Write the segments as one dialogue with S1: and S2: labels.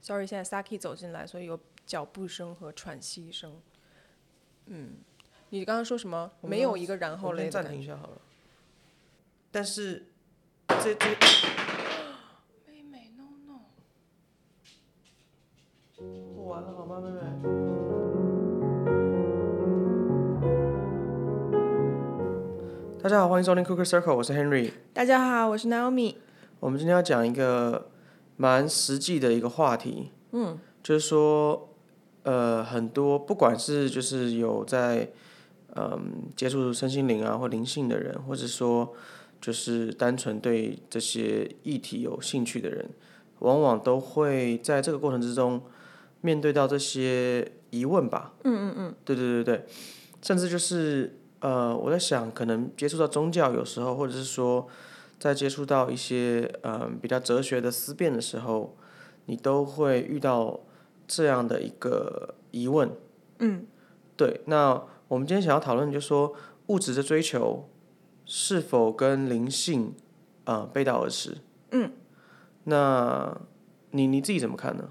S1: Sorry，现在 Saki 走进来，所以有脚步声和喘息声。嗯，你刚刚说什么？
S2: 我们
S1: 没有一个然
S2: 我
S1: 后
S2: 们
S1: 类的
S2: 暂
S1: 感觉。
S2: 停一下好了。但是这这
S1: 妹妹，no no。
S2: 我完了好吗，妹妹？大家好，欢迎收听 Cooker Circle，我是 Henry。
S1: 大家好，我是 Naomi。
S2: 我们今天要讲一个蛮实际的一个话题，嗯，就是说，呃，很多不管是就是有在嗯、接触身心灵啊或灵性的人，或者说就是单纯对这些议题有兴趣的人，往往都会在这个过程之中面对到这些疑问吧。嗯嗯嗯，对对对对，甚至就是呃，我在想，可能接触到宗教有时候，或者是说。在接触到一些嗯、呃比较哲学的思辨的时候，你都会遇到这样的一个疑问。嗯，对。那我们今天想要讨论，就是说物质的追求是否跟灵性啊、呃背道而驰？嗯，那你你自己怎么看呢？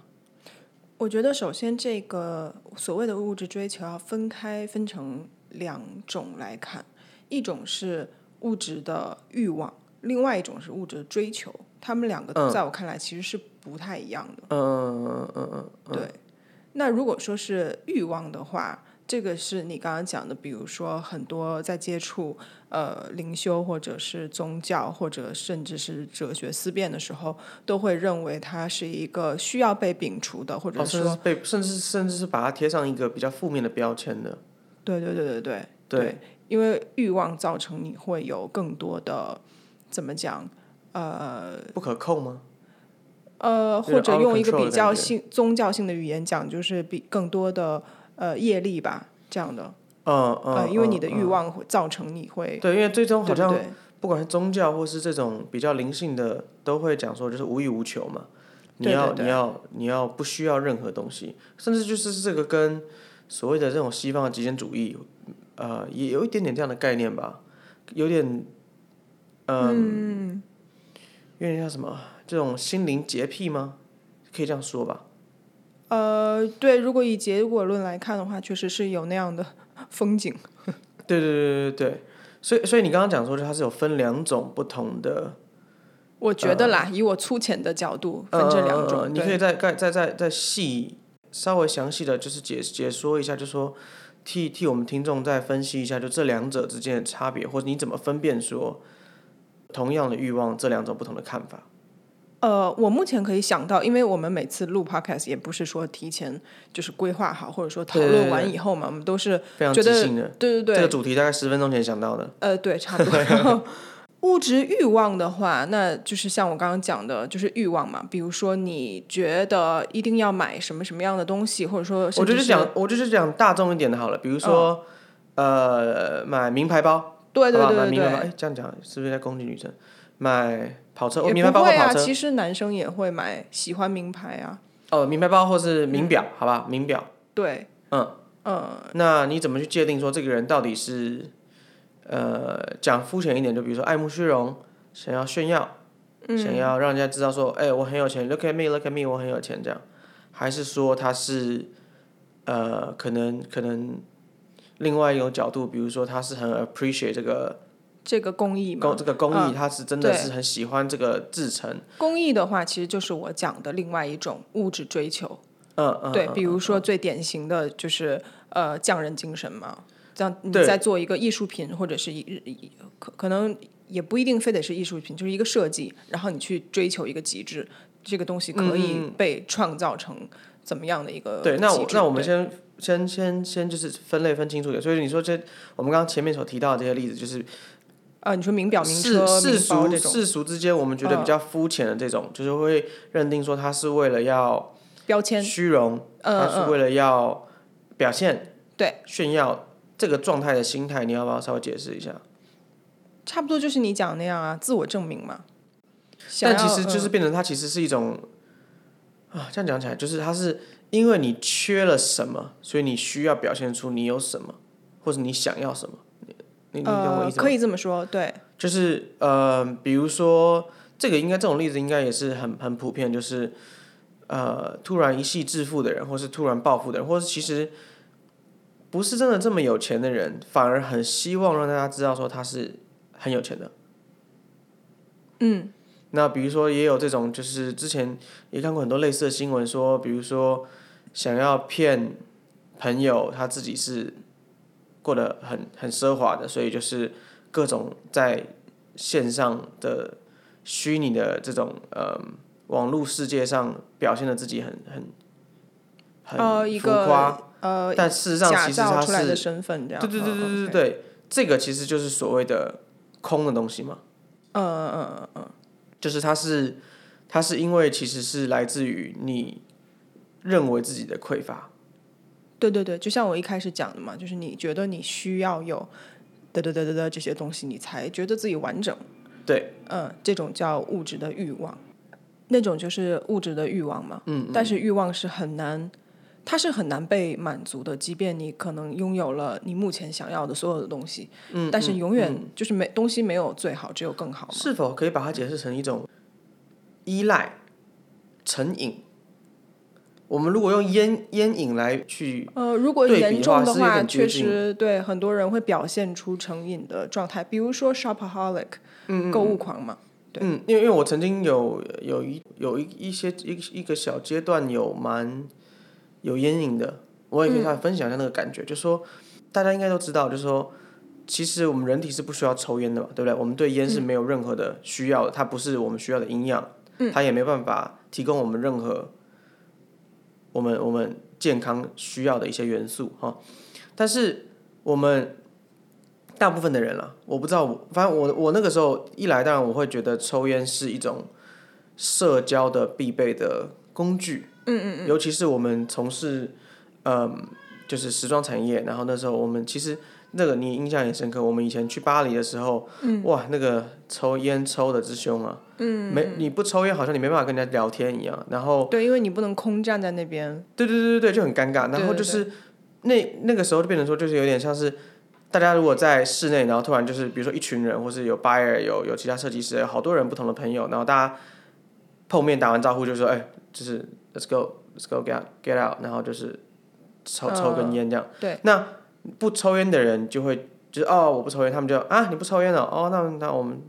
S1: 我觉得首先这个所谓的物质追求要分开分成两种来看，一种是物质的欲望，另外一种是物质的追求。他们两个在我看来其实是不太一样的。
S2: 嗯嗯嗯嗯嗯，
S1: 对，那如果说是欲望的话，这个是你刚刚讲的，比如说很多在接触呃灵修或者是宗教或者甚至是哲学思辨的时候，都会认为它是一个需要被摒除的，或者
S2: 哦，甚
S1: 说、
S2: 至是被甚至甚至是把它贴上一个比较负面的标签的。
S1: 对对对对对
S2: 对，
S1: 因为欲望造成你会有更多的怎么讲呃。
S2: 不可控吗？
S1: 呃，
S2: 就是
S1: 或者
S2: out of
S1: 用一个
S2: control 的
S1: 比较
S2: 感觉
S1: 性宗教性的语言讲，就是比更多的呃业力吧，这样的。
S2: 嗯嗯、
S1: 呃，因为你的
S2: 嗯
S1: 欲望会造成你会，
S2: 对，因为最终好
S1: 对
S2: 像
S1: 不对？
S2: 不管是宗教或是这种比较灵性的，都会讲说就是无欲无求嘛。你
S1: 对
S2: 要
S1: 对对
S2: 你要你要不需要任何东西，甚至就是这个跟所谓的这种西方的极简主义，呃，也有一点点这样的概念吧，有点，嗯，有点像什么这种心灵洁癖吗？可以这样说吧。
S1: 呃，对，如果以结果论来看的话，确实是有那样的 风景。
S2: 对对对对对对，所以所以你刚刚讲说，就它是有分两种不同的
S1: 我觉
S2: 嗯
S1: 得啦，以我粗浅的角度分这两种，
S2: 呃你
S1: 对
S2: 可以再再再再再细稍微详细的就是解解说一下，就说替替我们听众再分析一下，就这两者之间的差别，或者你怎么分辨说同样的欲望这两种不同的看法。
S1: 呃，我目前可以想到，因为我们每次录 podcast 也不是说提前就是规划好，或者说讨
S2: 对对
S1: 论
S2: 对
S1: 完以后嘛，我们都是
S2: 非常
S1: 觉
S2: 即
S1: 得
S2: 兴的，
S1: 对对
S2: 这
S1: 对
S2: 个，主题大概十分钟前想到的。
S1: 呃，对，差不多。然后 物质欲望的话，那就是像我刚刚讲的，就是欲望嘛。比如说，你觉得一定要买什么什么样的东西，或者说，
S2: 我就是讲，，我就是讲大众一点的好了，比如
S1: 嗯
S2: 说，呃，买名牌包，
S1: 对对
S2: 好吧
S1: 对
S2: 买
S1: 对
S2: 名牌包，
S1: 对，
S2: 哎，这样讲是不是在攻击女生？买跑车，哦名
S1: 也
S2: 牌
S1: 不
S2: 包或
S1: 会
S2: 跑
S1: 啊。
S2: 车，
S1: 其实男生也会买，喜欢名牌啊。
S2: 哦，名牌包或是名表，好吧，名表，
S1: 对，
S2: 嗯，
S1: 呃，
S2: 那你怎么去界定说这个人到底是，呃，讲肤浅一点，就比如说爱慕虚荣，想要炫耀，
S1: 嗯
S2: 想要让人家知道说，哎、我很有钱，look at me，look at me，我很有钱这样，还是说他是，呃，可能可能另外一种角度，比如说他是很 appreciate 这个
S1: 这个工艺嘛
S2: 工，这个工艺，
S1: 嗯
S2: 他是真的
S1: 对
S2: 是很喜欢这个制成，
S1: 工艺的话，其实就是我讲的另外一种物质追求。
S2: 嗯嗯，
S1: 对，
S2: 嗯
S1: 比如说最典型的就是呃匠人精神嘛，这样你
S2: 对
S1: 在做一个艺术品或者是一一可可能也不一定非得是艺术品，就是一个设计，然后你去追求一个极致，这个东西可以被创造成怎么样的一个
S2: 嗯对，那我
S1: 极致
S2: 那我们
S1: 呃对
S2: 先先先先就是分类分清楚一点。所以你说这我们刚刚前面所提到的这些例子，就是
S1: 呃，你说名表、名车
S2: 世、世
S1: 名包
S2: 俗
S1: 这种嗯
S2: 世俗之间，我们觉得比较肤浅的这种，就是会认定说他是为了要
S1: 标签，
S2: 虚荣，
S1: 嗯
S2: 他是
S1: 嗯，
S2: 为了要表现、
S1: 对，
S2: 炫耀这个状态的心态，你要不要稍微解释一下？
S1: 差不多就是你讲的那样啊，自我证明嘛。想
S2: 但其
S1: 要嗯呃
S2: 实就是变成它其实是一种、啊，这样讲起来就是它是因为你缺了什么，所以你需要表现出你有什么，或者你想要什么。你你你懂我
S1: 呃
S2: 意，思吗？
S1: 可以这么说，对，
S2: 就是呃，比如说这个应该这种例子应该也是很很普遍，就是呃突然一夕致富的人，或是突然暴富的人，或是其实不是真的这么有钱的人，反而很希望让大家知道说他是很有钱的。
S1: 嗯，
S2: 那比如说也有这种，就是之前也看过很多类似的新闻说，比如说想要骗朋友他自己是过得很很奢华的，所以就是各种在线上的虚拟的这种呃网络世界上表现的自己很很很
S1: 呃，一
S2: 浮
S1: 个
S2: 夸，
S1: 呃，
S2: 但事实上
S1: 假
S2: 其实他
S1: 造
S2: 是
S1: 出来的身份这样。
S2: 对对对对对
S1: 嗯
S2: 对对，这个其实就是所谓的空的东西嘛。
S1: 呃呃
S2: 就是它是它是因为其实是来自于你认为自己的匮乏，
S1: 对对对，就像我一开始讲的嘛，就是你觉得你需要有得得得得得这些东西，你才觉得自己完整。
S2: 对，
S1: 嗯，这种叫物质的欲望，那种就是物质的欲望嘛。嗯但是欲望是很难，它是很难被满足的，即便你可能拥有了你目前想要的所有的东西，
S2: 嗯，
S1: 但是
S2: 嗯
S1: 永远就是没东西没有最好，只有更好嘛。
S2: 是否可以把它解释成一种依赖、成瘾？我们如果用烟烟瘾来去，
S1: 呃，如果
S2: 对比
S1: 严
S2: 的
S1: 重
S2: 话
S1: 的
S2: 是有
S1: 话，
S2: 点接
S1: 确
S2: 近
S1: 实对很多人会表现出成瘾的状态，比如说 shopaholic，购物狂嘛。对
S2: 嗯，因为因为我曾经有有一有一一些一一个小阶段有蛮有烟瘾的，我也可以来分享一下那个感觉，就说大家应该都知道，就说其实我们人体是不需要抽烟的嘛，对不对？我们对烟是没有任何的需要的，它不是我们需要的营养，它也没办法提供我们任何我们我们健康需要的一些元素哈。但是我们大部分的人啦，我不知道我，反正我我那个时候一来，当然我会觉得抽烟是一种社交的必备的工具，嗯嗯嗯，尤其是我们从事嗯就是时装产业，然后那时候我们其实。那个你印象也深刻。我们以前去巴黎的时候，哇，那个抽烟抽的之凶啊，嗯，没你不抽烟好像你没办法跟人家聊天一样。然后
S1: 对，因为你不能空站在那边。
S2: 对对对对对，就很尴尬。
S1: 对
S2: 然后
S1: 对
S2: 就是那那个时候就变成说，就是有点像是大家如果在室内，然后突然就是比如说一群人，或是有 buyer 有有其他设计师，有好多人不同的朋友，然后大家碰面打完招呼就说，哎，就是 let's go let's go get out, get out，然后就是抽抽根烟这样。
S1: 嗯对，
S2: 那不抽烟的人就会就是哦我不抽烟，他们就啊你不抽烟了，哦那那我们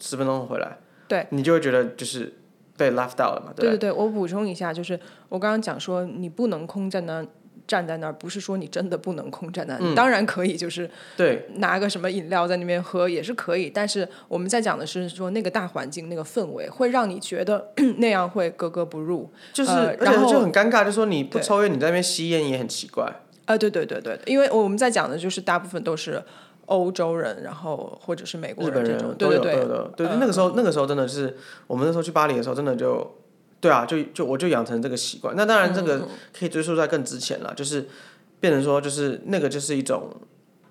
S2: 十分钟后回来，
S1: 对，
S2: 你就会觉得就是被 left out 了嘛，
S1: 对对
S2: 不
S1: 对，我补充一下，就是我刚刚讲说你不能空站那站在那儿，不是说你真的不能空站在那儿，你当然可以，就是
S2: 嗯对，
S1: 拿个什么饮料在那边喝也是可以。但是我们在讲的是说那个大环境、那个氛围会让你觉得 那样会格格不入。
S2: 就是，
S1: 呃
S2: 而且
S1: 然后
S2: 就很尴尬，就说你不
S1: 对
S2: 抽烟，你在那边吸烟也很奇怪。
S1: 啊，对对对对，因为我们在讲的就是大部分都是欧洲人，然后或者是美国
S2: 日本
S1: 这
S2: 人
S1: 种，对
S2: 都有
S1: 对
S2: 都
S1: 对，嗯
S2: 有都有对，那个时候那个时候真的是，我们那时候去巴黎的时候，真的就，对啊，就就我就养成这个习惯。那当然这
S1: 嗯
S2: 个可以追溯在更之前了，就是变成说就是那个就是一种，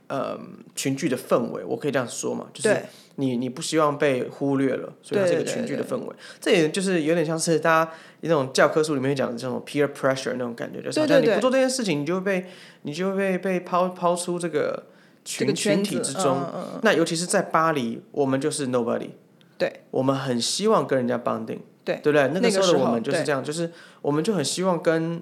S2: 呃，群聚的氛围，我可以这样说嘛，就是
S1: 对
S2: 你你不希望被忽略了，所以它是一个
S1: 对对
S2: 群聚的氛围。这也就是有点像是大家那种教科书里面讲的这种 peer pressure 那种感觉，就是好
S1: 对对
S2: 像你
S1: 对
S2: 不做这件事情，你就会被你就会被被抛抛出这个
S1: 这
S2: 群
S1: 个圈
S2: 群
S1: 子
S2: 体之中。
S1: 嗯嗯嗯
S2: 那尤其是在巴黎，我们就是 nobody，
S1: 对，
S2: 我们很希望跟人家 bonding，
S1: 对
S2: 对不对？
S1: 那
S2: 那
S1: 个
S2: 个时候
S1: 时
S2: 的
S1: 候
S2: 我们就是
S1: 对
S2: 这样，就是我们就很希望跟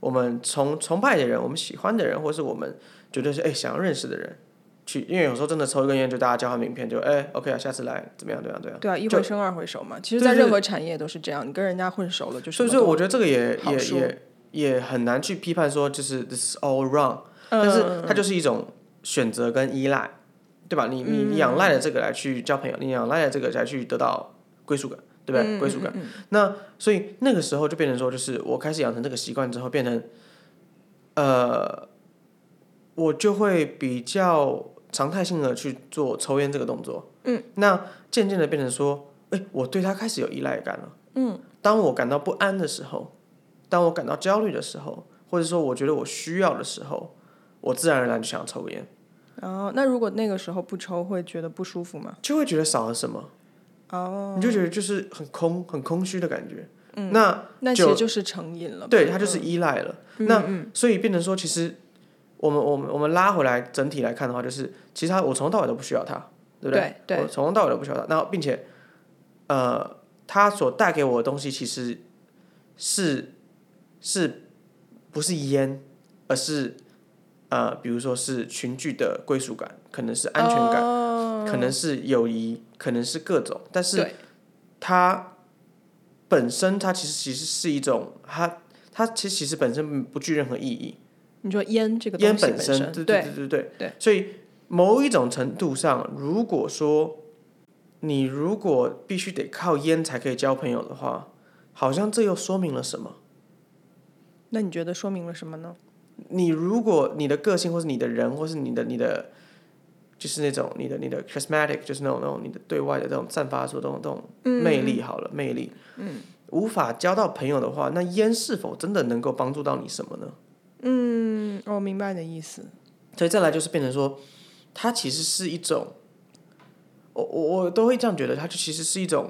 S2: 我们崇崇拜的人、我们喜欢的人，或是我们觉得是哎想要认识的人去，因为有时候真的抽一根烟就大家交换名片，就哎 OK 啊，下次来怎么样？怎么样？怎么样？
S1: 对啊，一
S2: 就
S1: 回生二回熟嘛。其实，
S2: 对
S1: 在
S2: 对
S1: 任何产业都是这样，你跟人家混熟了，就
S2: 所
S1: 是
S2: 以说，我觉得这个也
S1: 好
S2: 也
S1: 说
S2: 也也很难去批判说就是 this is all wrong，、但
S1: 嗯
S2: 是它就是一种选择跟依赖，对吧？你你
S1: 嗯
S2: 你仰赖了这个来去交朋友，你仰赖了这个来去得到归属感，对不
S1: 嗯
S2: 对？归属感。那所以那个时候就变成说，就是我开始养成这个习惯之后，变成呃，我就会比较常态性的去做抽烟这个动作。嗯，那渐渐的变成说，哎，我对它开始有依赖感了。当我感到不安的时候，当我感到焦虑的时候，或者说我觉得我需要的时候，我自然而然就想抽烟，
S1: 然后，那如果那个时候不抽，会觉得不舒服吗？
S2: 就会觉得少了什么，
S1: 哦，
S2: 你就觉得就是很空、很空虚的感觉。嗯，那
S1: 那其实就是成瘾了。嗯
S2: 对它就是依赖了。那、所以变成说，其实我们我们我们拉回来整体来看的话，就是其实它我从头到尾都不需要它，对不
S1: 对对
S2: 我从头到尾都不需要它。然后并且，呃，它所带给我的东西其实是是不是烟，而是呃，比如说是群聚的归属感，可能是安全
S1: 哦
S2: 感，可能是友谊，可能是各种，但是
S1: 嗯对
S2: 它本身它其实其实是一种它。它其实其实本身嗯不具任何意义，
S1: 你说烟这个东
S2: 烟
S1: 西
S2: 本
S1: 身，
S2: 身，对对对对对
S1: 对
S2: 所以某一种程度上，如果说你如果必须得靠烟才可以交朋友的话，好像这又说明了什么？
S1: 那你觉得说明了什么呢？
S2: 你如果你的个性，或是你的人，或是你的你的，就是那种你的你的 charismatic，就是那种那种你的对外的这种散发出这种这种魅力，好了，魅力，嗯，无法交到朋友的话，那烟是否真的能够帮助到你什么呢？
S1: 嗯，我明白你的意思。
S2: 所以再来就是变成说，它其实是一种，我我我都会这样觉得，它就其实是一种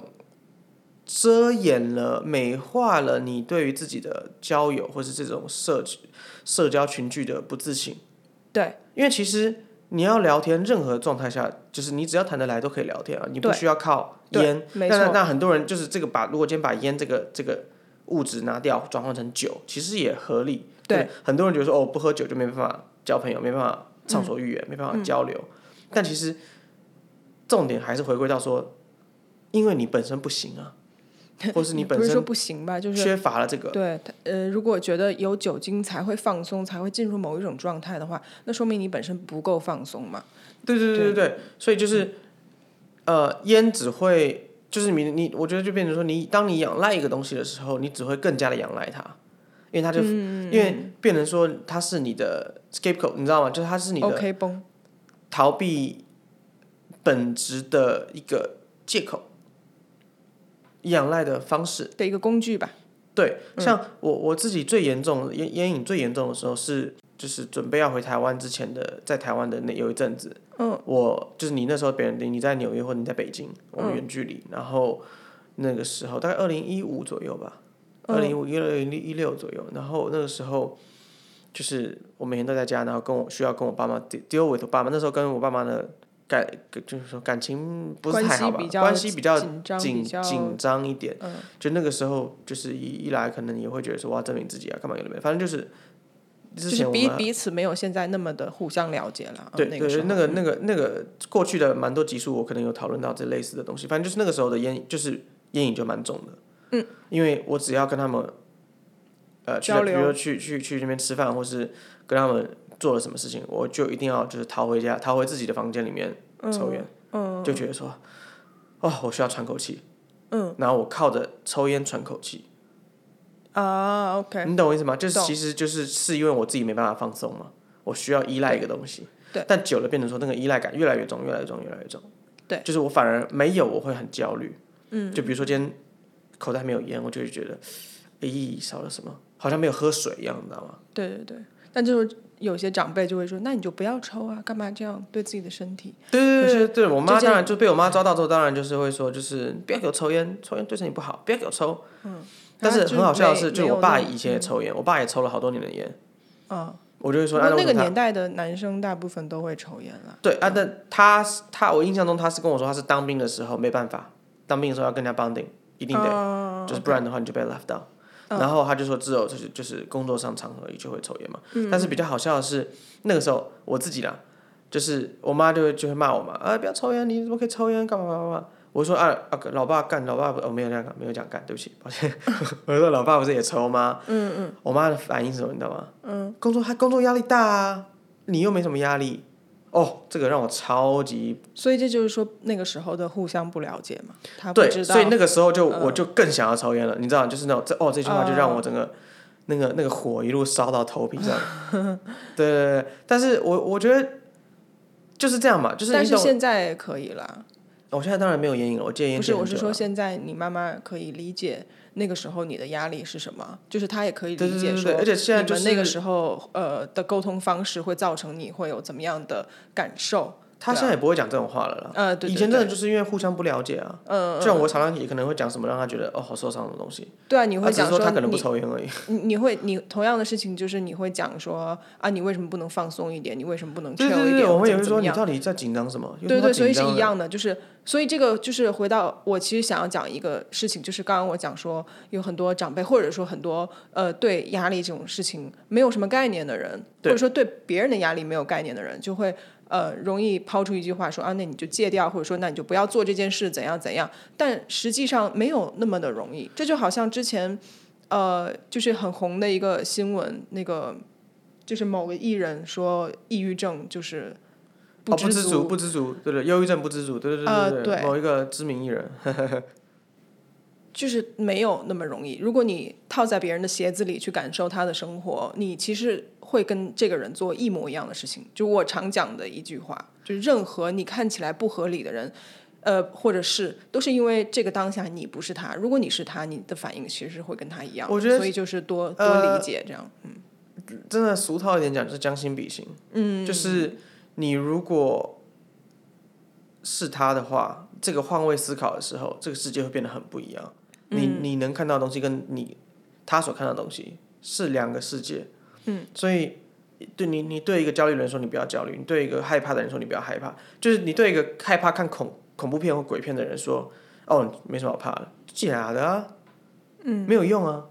S2: 遮掩了、美化了你对于自己的交友或是这种社区社交群聚的不自信，
S1: 对，
S2: 因为其实你要聊天，任何状态下，就是你只要谈得来都可以聊天啊，你不
S1: 对
S2: 需要靠
S1: 对
S2: 烟。
S1: 没
S2: 那那
S1: 错
S2: 那很多人就是这个把，如果今天把烟这个这个物质拿掉，转换成酒，其实也合理。
S1: 对，嗯
S2: 很多人觉得说哦，不喝酒就没办法交朋友，没办法畅所欲言，没办法交流。但其实重点还是回归到说，因为你本身不行啊， 或是你
S1: 嗯不
S2: 本
S1: 是说
S2: 身
S1: 不行吧，就是
S2: 缺乏了这个，
S1: 对，呃，如果觉得有酒精才会放松，才会进入某一种状态的话，那说明你本身不够放松嘛。
S2: 对对对对对，所以就是呃，烟只会就是你你，我觉得就变成说你，当你仰赖一个东西的时候，你只会更加的仰赖它，因为它就、因为变成说它是你的 scapegoat，你知道吗？就是它是你的
S1: OK 绷，
S2: 逃避本质的一个借口，仰赖的方式。
S1: 的一个工具吧。
S2: 对，像我我自己最严重的烟烟瘾最严重的时候是，就是准备要回台湾之前的，在台湾的那有一阵子，嗯，我就是你那时候别人你在纽约或者你在北京，我们远距离，然后那个时候大概二零一五左右吧，二
S1: 嗯
S2: 零一五一六一六左右，然后那个时候就是我每天都在家，然后跟我需要跟我爸妈 de- deal with 我爸妈，那时候跟我爸妈的感就是说感情不是
S1: 关
S2: 太
S1: 系
S2: 好吧
S1: 比，较
S2: 关系比较
S1: 紧张，比
S2: 紧
S1: 较嗯
S2: 紧张一点。就那个时候，就是一一来可能也会觉得说我要证明自己啊，干嘛有的没的，反正就是
S1: 就
S2: 之
S1: 是
S2: 前我
S1: 彼
S2: 们
S1: 彼此没有现在那么的互相了解了啊。
S2: 对
S1: 那
S2: 对
S1: 个时
S2: 对
S1: 候
S2: 那个那个那个过去的蛮多集数，我可能有讨论到这类似的东西，反正就是那个时候的烟就是烟瘾就蛮重的，嗯，因为我只要跟他们呃去
S1: 交
S2: 比
S1: 流
S2: 如说去去去那边吃饭，或是跟他们做了什么事情，我就一定要就是逃回家，逃回自己的房间里面抽烟，嗯，就觉得说哦，我需要喘口气，嗯，然后我靠着抽烟喘口气。
S1: 啊，OK，
S2: 你懂我意思吗？就是
S1: 懂
S2: 其实就是是因为我自己没办法放松嘛，我需要依赖一个东西。
S1: 对。
S2: 但久了变成说那个依赖感越来越重，越来越重，越来越重。
S1: 对。
S2: 就是我反而没有，我会很焦虑。嗯。就比如说今天口袋没有烟，我就会觉得，咦，少了什么？好像没有喝水一样，你知道吗？
S1: 对对对。但就是有些长辈就会说，那你就不要抽啊，干嘛这样对自己的身体？
S2: 对对对对对，我妈
S1: 就这
S2: 当
S1: 样
S2: 然就被我妈抓到之后，当然就是会说，就是不要给我抽烟，抽烟对身体不好，不要给我抽。嗯。但是
S1: 啊啊就
S2: 很好笑的
S1: 没
S2: 是，就
S1: 没
S2: 是
S1: 有
S2: 我爸
S1: 那嗯种
S2: 以前也抽烟，我爸也抽了好多年的烟。
S1: 啊，
S2: 我就会
S1: 不
S2: 说，
S1: 过
S2: 啊
S1: 那
S2: 为什
S1: 个
S2: 么他
S1: 年代的男生大部分都会抽烟了。
S2: 对啊，但他是他我印象中他是跟我说他是当兵的时候没办法，当兵的时候要跟人家 bonding，一定得，
S1: 啊
S2: 就是不然的话你就被 left out。然后他就说只有就是就是工作上场合就会抽烟嘛。但是比较好笑的是那个时候我自己啦，就是我妈就会就会骂我嘛，啊不要抽烟，你怎么可以抽烟？干嘛干嘛干嘛？我说啊啊老爸干老爸不哦没有这样干没有这样干，对不起抱歉。 我说老爸不是也抽吗？嗯嗯。我妈的反应是什么你知道吗？嗯。工作他工作压力大啊，你又没什么压力。哦，这个让我超级
S1: 所以这就是说那个时候的互相不了解嘛，他不
S2: 对，
S1: 知道嗯
S2: 所以那个时候就、我就更想要抽烟了，你知道，就是那种这哦这句话就让我整个、那个那个火一路烧到头皮上。 对对对对，但是我我觉得就是这样嘛，就是
S1: 但
S2: 你
S1: 是
S2: 懂。
S1: 现在可以了，
S2: 我现在当然没有烟瘾了，我戒烟
S1: 不
S2: 戒
S1: 是，
S2: 很
S1: 我是
S2: 久
S1: 说
S2: 了
S1: 现在你妈妈可以理解那个时候你的压力是什么，就是她也可以
S2: 对
S1: 理
S2: 对
S1: 解
S2: 对
S1: 说，
S2: 对，而且现在
S1: 你
S2: 就
S1: 们
S2: 是
S1: 那个时候呃的沟通方式会造成你会有怎么样的感受，
S2: 他现在也不会讲这种话了啦。
S1: 呃，对，
S2: 以
S1: 对
S2: 前真的
S1: 对
S2: 就是因为互相不了解啊。
S1: 嗯，
S2: 就像我常常也可能会讲什么让他觉得哦好受伤的东西，
S1: 对啊，你
S2: 啊
S1: 会
S2: 只是
S1: 讲
S2: 说他可能不
S1: 你
S2: 抽烟而已。
S1: 你你会你同样的事情就是你会讲说啊，你为什么不能放松一点？你为什么不能 chill
S2: 对
S1: 一点？
S2: 对对，我们也
S1: 怎
S2: 会
S1: 么
S2: 说
S1: 怎么
S2: 你
S1: 样
S2: 到底在紧张什么？有
S1: 对
S2: 什么
S1: 对，所以
S2: 紧
S1: 是
S2: 张
S1: 一
S2: 的
S1: 样的，就是所以这个就是回到我其实想要讲一个事情，就是刚刚我讲说有很多长辈或者说很多呃对压力这种事情没有什么概念的人，或
S2: 对
S1: 者说对别人的压力没有概念的人，就会呃容易抛出一句话说啊，那你就戒掉，或者说那你就不要做这件事，怎样怎样。但实际上没有那么的容易，这就好像之前呃就是很红的一个新闻那个。就是某个艺人说抑郁症就是
S2: 哦，不知足，不知足，对对，忧郁症不知足，对对
S1: 呃
S2: 对
S1: 对
S2: 对，某一个知名艺人，
S1: 就是没有那么容易。如果你套在别人的鞋子里去感受他的生活，你其实会跟这个人做一模一样的事情。就我常讲的一句话，就是任何你看起来不合理的人，呃，或者是都是因为这个当下你不是他。如果你是他，你的反应其实会跟他一样。
S2: 我觉得
S1: 所以就是多多
S2: 呃
S1: 理解这样。
S2: 真的俗套一点讲，就是将心比心。嗯，就是你如果是他的话，这个换位思考的时候，这个世界会变得很不一样。你你能看到的东西跟你他所看到的东西是两个世界。嗯，所以对你你对一个焦虑的人说你不要焦虑，你对一个害怕的人说你不要害怕，就是你对一个害怕看恐恐怖片或鬼片的人说哦没什么好怕的，假的啊，嗯，没有用啊，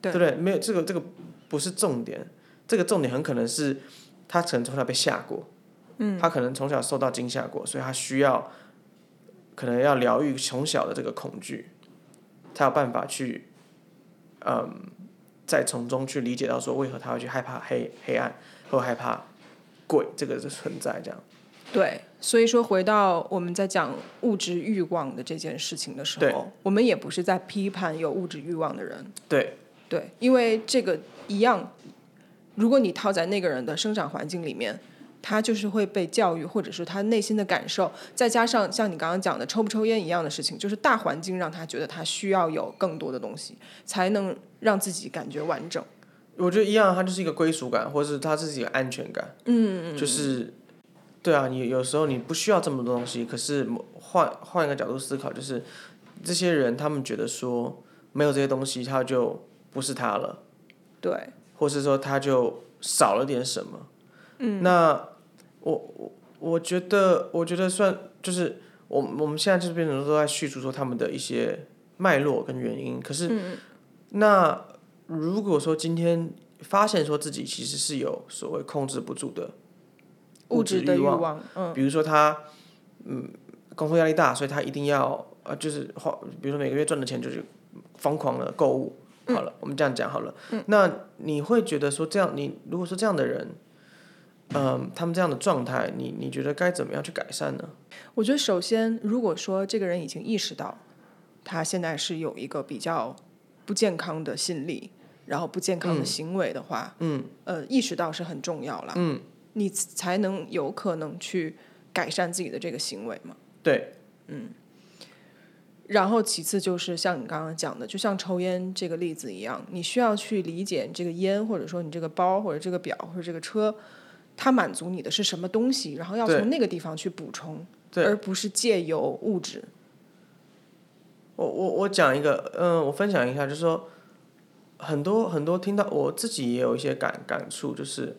S1: 对
S2: 不对？没有这个这个不是重点，这个重点很可能是他可能从小被吓过，嗯，他可能从小受到惊吓过，所以他需要可能要疗愈从小的这个恐惧，才有办法去，嗯，再从中去理解到说为何他会去害怕黑黑暗或害怕鬼这个的存在这样。
S1: 对，所以说回到我们在讲物质欲望的这件事情的时
S2: 对
S1: 候，我们也不是在批判有物质欲望的人。
S2: 对，
S1: 对，因为这个一样，如果你套在那个人的生长环境里面，他就是会被教育，或者是他内心的感受，再加上像你刚刚讲的抽不抽烟一样的事情，就是大环境让他觉得他需要有更多的东西，才能让自己感觉完整。
S2: 我觉得一样，它就是一个归属感，或是它是一个安全感。
S1: 嗯，
S2: 就是，对啊，你有时候你不需要这么多东西，可是某换换一个角度思考，就是这些人他们觉得说没有这些东西，他就不是他了，
S1: 对，
S2: 或是说他就少了点什么。嗯，那我我我觉得，我觉得算就是我们我们现在这边人都在叙述说他们的一些脉络跟原因，可是、那如果说今天发现说自己其实是有所谓控制不住的。
S1: 物质的欲
S2: 望，
S1: 望，嗯，
S2: 比如说他，嗯，工作压力大，所以他一定要呃，就是花，比如说每个月赚的钱就是疯狂的购物。好了，我们这样讲好了。那你会觉得说这样，你如果说这样的人，嗯、他们这样的状态，你你觉得该怎么样去改善呢？
S1: 我觉得首先，如果说这个人已经意识到他现在是有一个比较不健康的心理，然后不健康的行为的话，嗯，呃，意识到是很重要了，嗯，你才能有可能去改善自己的这个行为嘛。嗯
S2: 对，
S1: 然后其次就是像你刚刚讲的，就像抽烟这个例子一样，你需要去理解你这个烟，或者说你这个包，或者这个表，或者这个车，它满足你的是什么东西，然后要
S2: 对
S1: 从那个地方去补充，
S2: 对
S1: 而不是借由物质。
S2: 我我我讲一个，嗯、我分享一下，就是说，很多很多听到我自己也有一些感感触，就是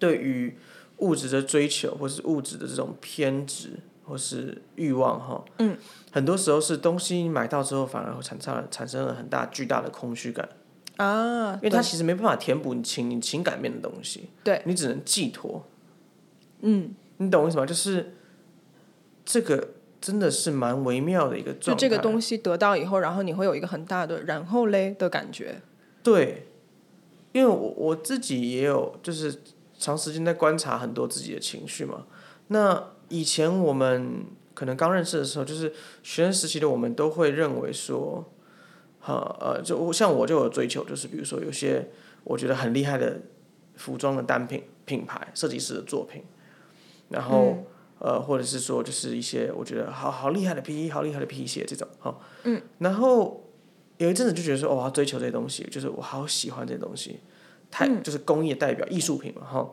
S2: 对于物质的追求，或是物质的这种偏执，或是欲望，哈，嗯，很多时候是东西买到之后，反而会产生产生了很大巨大的空虚感，
S1: 啊，
S2: 因为它其实没办法填补你情你情感面的东西，
S1: 对，
S2: 你只能寄托，
S1: 嗯，
S2: 你懂我意思吗？就是这个真的是蛮微妙的一个
S1: 就
S2: 状态，
S1: 这个东西得到以后，然后你会有一个很大的然后嘞的感觉。
S2: 对，因为我我自己也有就是长时间在观察很多自己的情绪嘛。那以前我们可能刚认识的时候，就是学生时期的我们都会认为说，哈呃，就我像我就有追求，就是比如说有些我觉得很厉害的服装的单品品牌设计师的作品，然后、呃，或者是说就是一些我觉得好好厉害的皮衣，好厉害的皮鞋这种哈。嗯。然后有一阵子就觉得说，哦我要追求这些东西，就是我好喜欢这些东西，太、就是工业代表艺术品嘛哈。呃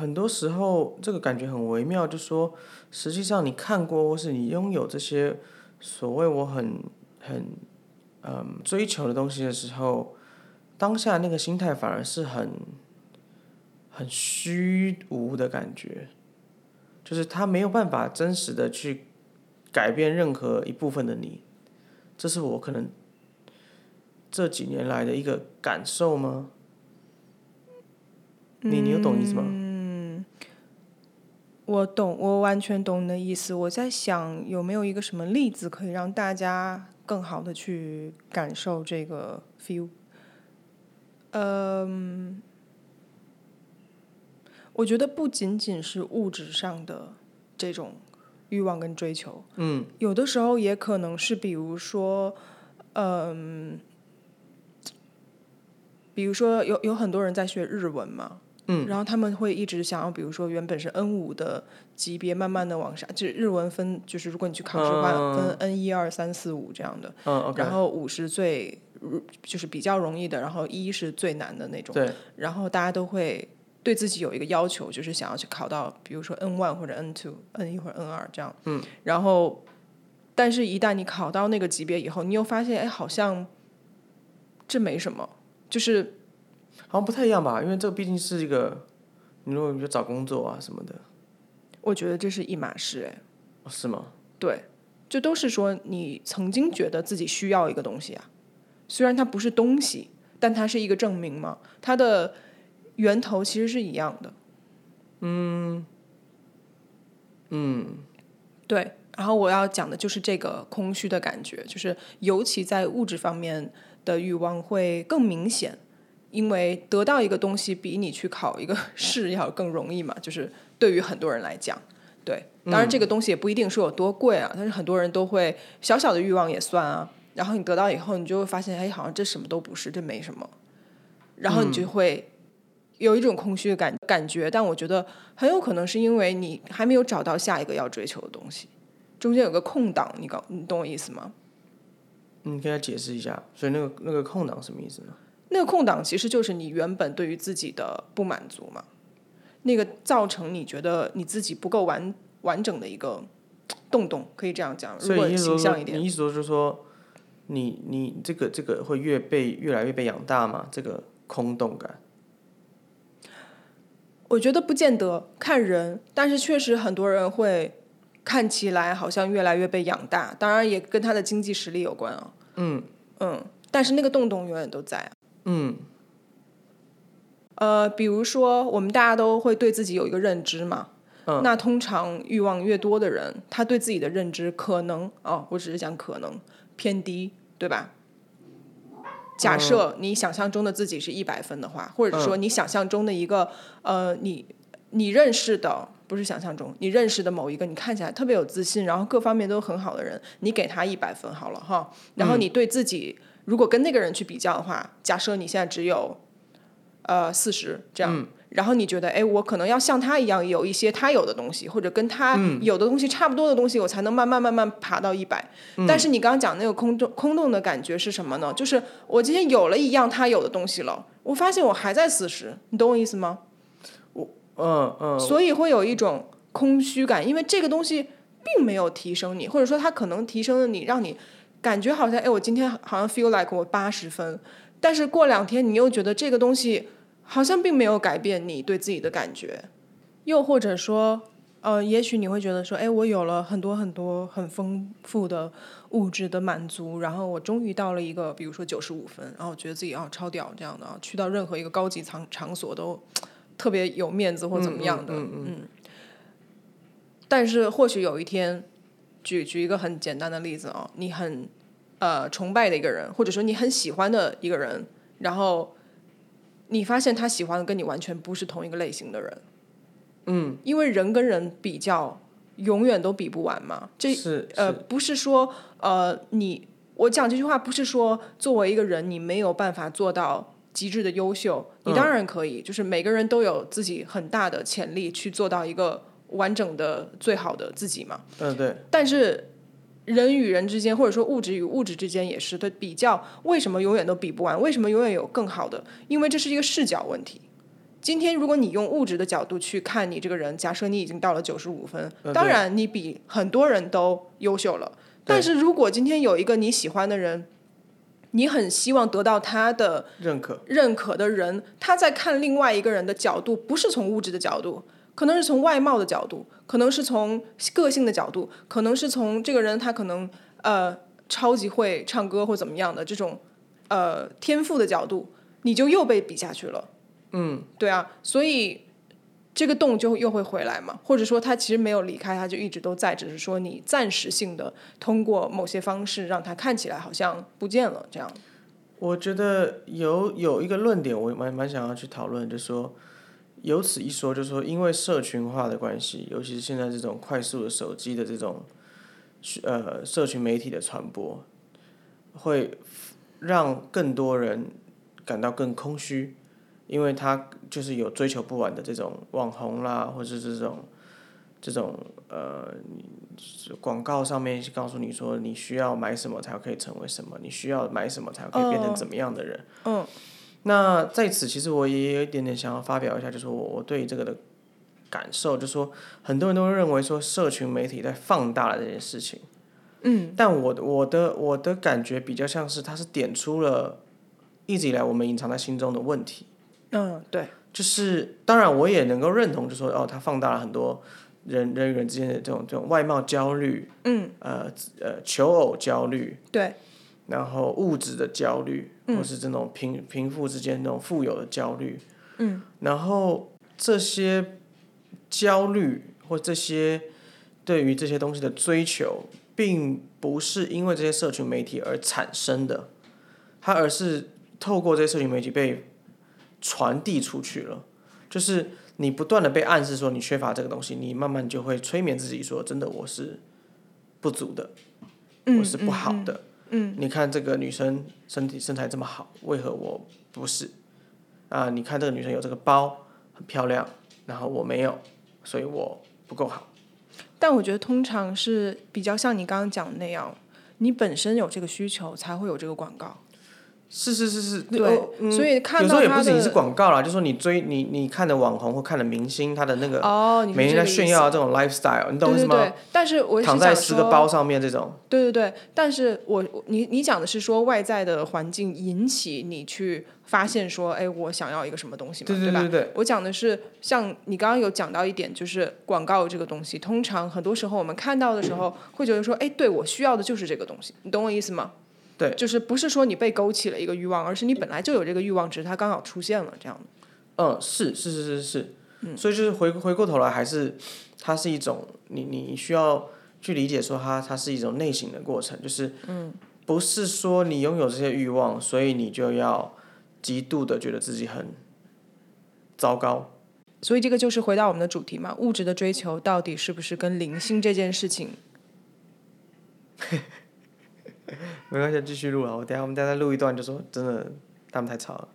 S2: 很多时候这个感觉很微妙，就说实际上你看过或是你拥有这些所谓我很很嗯追求的东西的时候，当下那个心态反而是很很虚无的感觉，就是他没有办法真实的去改变任何一部分的你，这是我可能这几年来的一个感受吗？你你有懂意思吗？
S1: 嗯我懂，我完全懂你的意思。我在想有没有一个什么例子可以让大家更好的去感受这个 feel。嗯，我觉得不仅仅是物质上的这种欲望跟追求，嗯，有的时候也可能是比如说，嗯，比如说有有很多人在学日文嘛，嗯，然后他们会一直想要，比如说原本是 N 五的级别，慢慢的往上，就是日文分，就是如果你去考试的话，分 N 一二三四五这样的，
S2: 嗯，OK，
S1: 然后五是最就是比较容易的，然后一是最难的那种，
S2: 对，
S1: 然后大家都会对自己有一个要求，就是想要去考到，比如说 N one 或者 N two、N 一或者 N 二这样，嗯，然后但是，一旦你考到那个级别以后，你又发现，哎，好像这没什么，就是
S2: 好像不太一样吧，因为这个毕竟是一个，你如果你就找工作啊什么的，
S1: 我觉得这是一码事，哎。
S2: 哦是吗？
S1: 对，这都是说你曾经觉得自己需要一个东西啊，虽然它不是东西，但它是一个证明嘛，它的源头其实是一样的。嗯，嗯，对。然后我要讲的就是这个空虚的感觉，就是尤其在物质方面的欲望会更明显，因为得到一个东西比你去考一个 试要更容易嘛，就是对于很多人来讲。对，当然这个东西也不一定说有多贵啊，但是很多人都会小小的欲望也算啊。然后你得到以后，你就会发现，哎，好像这什么都不是，这没什么。然后你就会有一种空虚的感感觉，但我觉得很有可能是因为你还没有找到下一个要追求的东西，中间有个空档，你搞，你懂我意思吗？
S2: 你给他解释一下，所以那个那个空档什么意思呢？
S1: 那个空档其实就是你原本对于自己的不满足嘛，那个造成你觉得你自己不够完完整的一个洞洞，可以这样讲，啊如
S2: 所
S1: 果
S2: 以你意思
S1: 形
S2: 说
S1: 象一点。
S2: 你意思说就是说，你你这个这个会越被越来越被养大嘛？这个空洞感，
S1: 我觉得不见得看人，但是确实很多人会看起来好像越来越被养大，当然也跟他的经济实力有关啊。嗯嗯，但是那个洞洞永远都在啊。
S2: 嗯
S1: 呃，比如说我们大家都会对自己有一个认知嘛。
S2: 嗯
S1: 那通常欲望越多的人，他对自己的认知可能哦，我只是讲可能偏低，对吧？假设你想象中的自己是一百分的话，或者说你想象中的一个呃，你你认识的不是想象中，你认识的某一个你看起来特别有自信，然后各方面都很好的人，你给他一百分好了哈，然后你对自己、如果跟那个人去比较的话，假设你现在只有呃四十这样。然后你觉得，哎，我可能要像他一样有一些他有的东西，或者跟他有的东西差不多的东西，我才能慢慢慢慢爬到一百、但是你刚刚讲那个空洞空洞的感觉是什么呢？就是我今天有了一样他有的东西了，我发现我还在四十，你懂我意思吗？
S2: 嗯嗯，
S1: 所以会有一种空虚感，因为这个东西并没有提升你，或者说它可能提升了你，让你感觉好像，哎，我今天好像 feel like 我八十分，但是过两天你又觉得这个东西好像并没有改变你对自己的感觉，又或者说。呃，也许你会觉得说，哎，我有了很多很多很丰富的物质的满足，然后我终于到了一个，比如说九十五分，然后我觉得自己啊超屌这样的啊，去到任何一个高级场场所都特别有面子或怎么样的，
S2: 嗯嗯
S1: 但是或许有一天，举举一个很简单的例子啊、你很呃崇拜的一个人，或者说你很喜欢的一个人，然后你发现他喜欢的跟你完全不是同一个类型的人，嗯，因为人跟人比较永远都比不完嘛，这
S2: 是
S1: 呃，
S2: 是
S1: 不是说呃，你我讲这句话不是说作为一个人你没有办法做到极致的优秀，你当然可以，就是每个人都有自己很大的潜力去做到一个完整的最好的自己嘛。
S2: 嗯对，
S1: 但是人与人之间，或者说物质与物质之间也是的比较，为什么永远都比不完？为什么永远有更好的？因为这是一个视角问题。今天如果你用物质的角度去看你这个人，假设你已经到了九十五分，
S2: 呃
S1: 当
S2: 对
S1: 然你比很多人都优秀了。但
S2: 对
S1: 是如果今天有一个你喜欢的人，你很希望得到他的
S2: 认可，
S1: 认可的人，他在看另外一个人的角度，不是从物质的角度，可能是从外貌的角度，可能是从个性的角度，可能是从这个人他可能呃超级会唱歌或怎么样的这种呃天赋的角度，你就又被比下去了。嗯，对啊，所以。这个洞就又会回来嘛，或者说他其实没有离开，他就一直都在，只是说你暂时性的通过某些方式让他看起来好像不见了这样。
S2: 我觉得有有一个论点，我蛮蛮想要去讨论，就是说，有此一说，就是说，因为社群化的关系，尤其是现在这种快速的手机的这种，呃，社群媒体的传播，会让更多人感到更空虚，因为他就是有追求不完的这种网红啦，或者是这种这种呃广告上面告诉你说你需要买什么才可以成为什么，你需要买什么才可以变成怎么样的人。
S1: 嗯，
S2: 那在此，其实我也有一点点想要发表一下，就是我我对这个的感受，就是说很多人都认为说社群媒体在放大了这件事情，
S1: 嗯，
S2: 但我的我的我的感觉比较像是它是点出了一直以来我们隐藏在心中的问题。
S1: 嗯，对，
S2: 就是当然我也能够认同，就说哦，它放大了很多人人与人之间的这种这种外貌焦虑，
S1: 嗯，
S2: 呃呃求偶焦虑，
S1: 对，
S2: 然后物质的焦虑，或是这种贫贫富之间那种富有的焦虑，嗯，然后这些焦虑或这些对于这些东西的追求，并不是因为这些社群媒体而产生的，它而是透过这些社群媒体被传递出去了，就是你不断的被暗示说你缺乏这个东西，你慢慢就会催眠自己说，真的我是不足的，
S1: 嗯
S2: 我是不好的。
S1: 嗯，
S2: 你看这个女生身体身材这么好，为何我不是？啊，你看这个女生有这个包，很漂亮，然后我没有，所以我不够好。
S1: 但我觉得通常是比较像你刚刚讲的那样，你本身有这个需求才会有这个广告。
S2: 是是是是，那
S1: 对
S2: 哦嗯、
S1: 所以看
S2: 有时
S1: 到
S2: 候也
S1: 他
S2: 不仅仅是
S1: 的
S2: 广告啦，就说你追你你看的网红或看的明星，他的那个
S1: 哦，你是
S2: 每天
S1: 这
S2: 在
S1: 个意
S2: 炫
S1: 思
S2: 耀这种 lifestyle，你懂我意
S1: 对
S2: 思
S1: 对
S2: 吗？
S1: 对，但是我是
S2: 躺在
S1: 想
S2: 十个
S1: 说，
S2: 包上面这种，
S1: 对对对，但是我我你你讲的是说外在的环境引起你去发现说，哎，我想要一个什么东西嘛，
S2: 对
S1: 吧？
S2: 对对，
S1: 我讲的是，像你刚刚有讲到一点，就是广告这个东西，通常很多时候我们看到的时
S2: 嗯
S1: 候，会觉得说，哎，对我需要的就是这个东西，你懂我意思吗？
S2: 对
S1: 就是不是说你被勾起了一个欲望，而是你本来就有这个欲望，只是它刚好出现了这样的。
S2: 嗯，是是是是是，所以就是回回过头来，还是它是一种你你需要去理解说它它是一种内省的过程，就是嗯，不是说你拥有这些欲望，所以你就要极度的觉得自己很糟糕，
S1: 所以这个就是回到我们的主题嘛，物质的追求到底是不是跟灵性这件事情？
S2: 没关系，继续录啊，我等一下我们等一下再录一段，就说真的他们太吵了，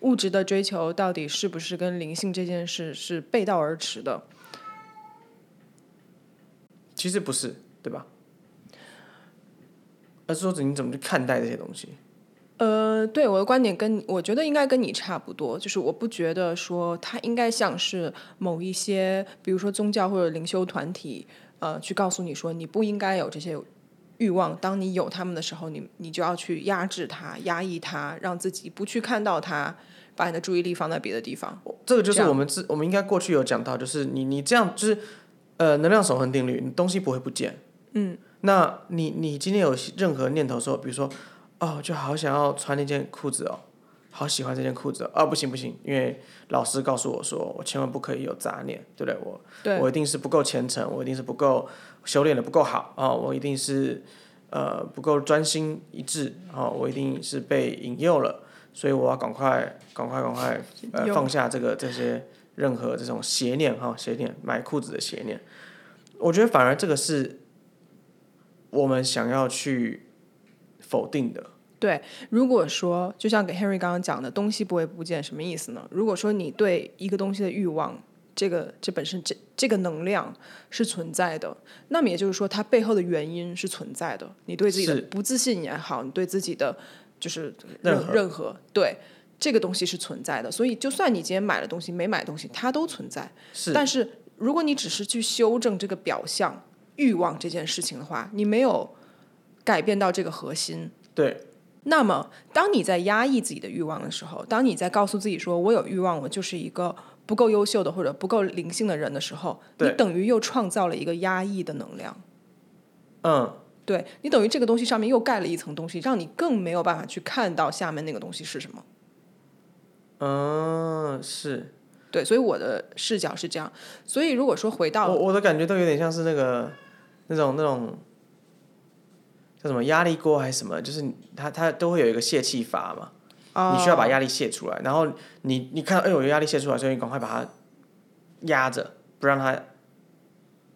S1: 物质的追求到底是不是跟灵性这件事是背道而驰的？
S2: 其实不是，对吧？而是说你怎么去看待这些东西？
S1: 呃，对我的观点跟你我觉得应该跟你差不多，就是我不觉得说它应该像是某一些，比如说宗教或者灵修团体，呃，去告诉你说你不应该有这些欲望，当你有它们的时候，你你就要去压制它、压抑它，让自己不去看到它，把你的注意力放在别的地方。
S2: 这个就是
S1: 这样
S2: 我们之我们应该过去有讲到，就是你你这样就是呃能量守恒定律，你东西不会不见。嗯，那你你今天有任何念头说，比如说哦，就好想要穿那件裤子哦，好喜欢这件裤子哦，啊不行不行，因为老师告诉我说，我千万不可以有杂念，对不对？我
S1: 对，
S2: 我一定是不够虔诚，我一定是不够修炼的不够好啊、我一定是呃不够专心一致啊、我一定是被引诱了，所以我要赶快赶快赶快呃
S1: 有
S2: 放下这个这些任何这种邪念哈、邪念买裤子的邪念，我觉得反而这个是我们想要去否定的，
S1: 对，如果说就像给 Henry 刚刚讲的，东西不会不见，什么意思呢？如果说你对一个东西的欲望，这个这本身这这个能量是存在的，那么也就是说，它背后的原因是存在的。你对自己的
S2: 是
S1: 不自信也好，你对自己的就是
S2: 任
S1: 任
S2: 何
S1: 任何对这个东西是存在的，所以就算你今天买了东西没买东西，它都存在。
S2: 是
S1: 但是如果你只是去修正这个表象欲望这件事情的话，你没有改变到这个核心。
S2: 对，
S1: 那么，当你在压抑自己的欲望的时候，当你在告诉自己说“我有欲望，我就是一个不够优秀的或者不够灵性的人”的时候，你
S2: 对
S1: 等于又创造了一个压抑的能量。
S2: 嗯，
S1: 对你等于这个东西上面又盖了一层东西，让你更没有办法去看到下面那个东西是什么。
S2: 嗯，是
S1: 对，所以我的视角是这样。所以如果说回到
S2: 我我的感觉都有点像是那个那种那种叫什么压力锅还是什么，就是你它它都会有一个泄气阀嘛，
S1: 啊，
S2: 你需要把压力泄出来，然后你你看到哎呦有压力泄出来，所以你赶快把它压着，不让它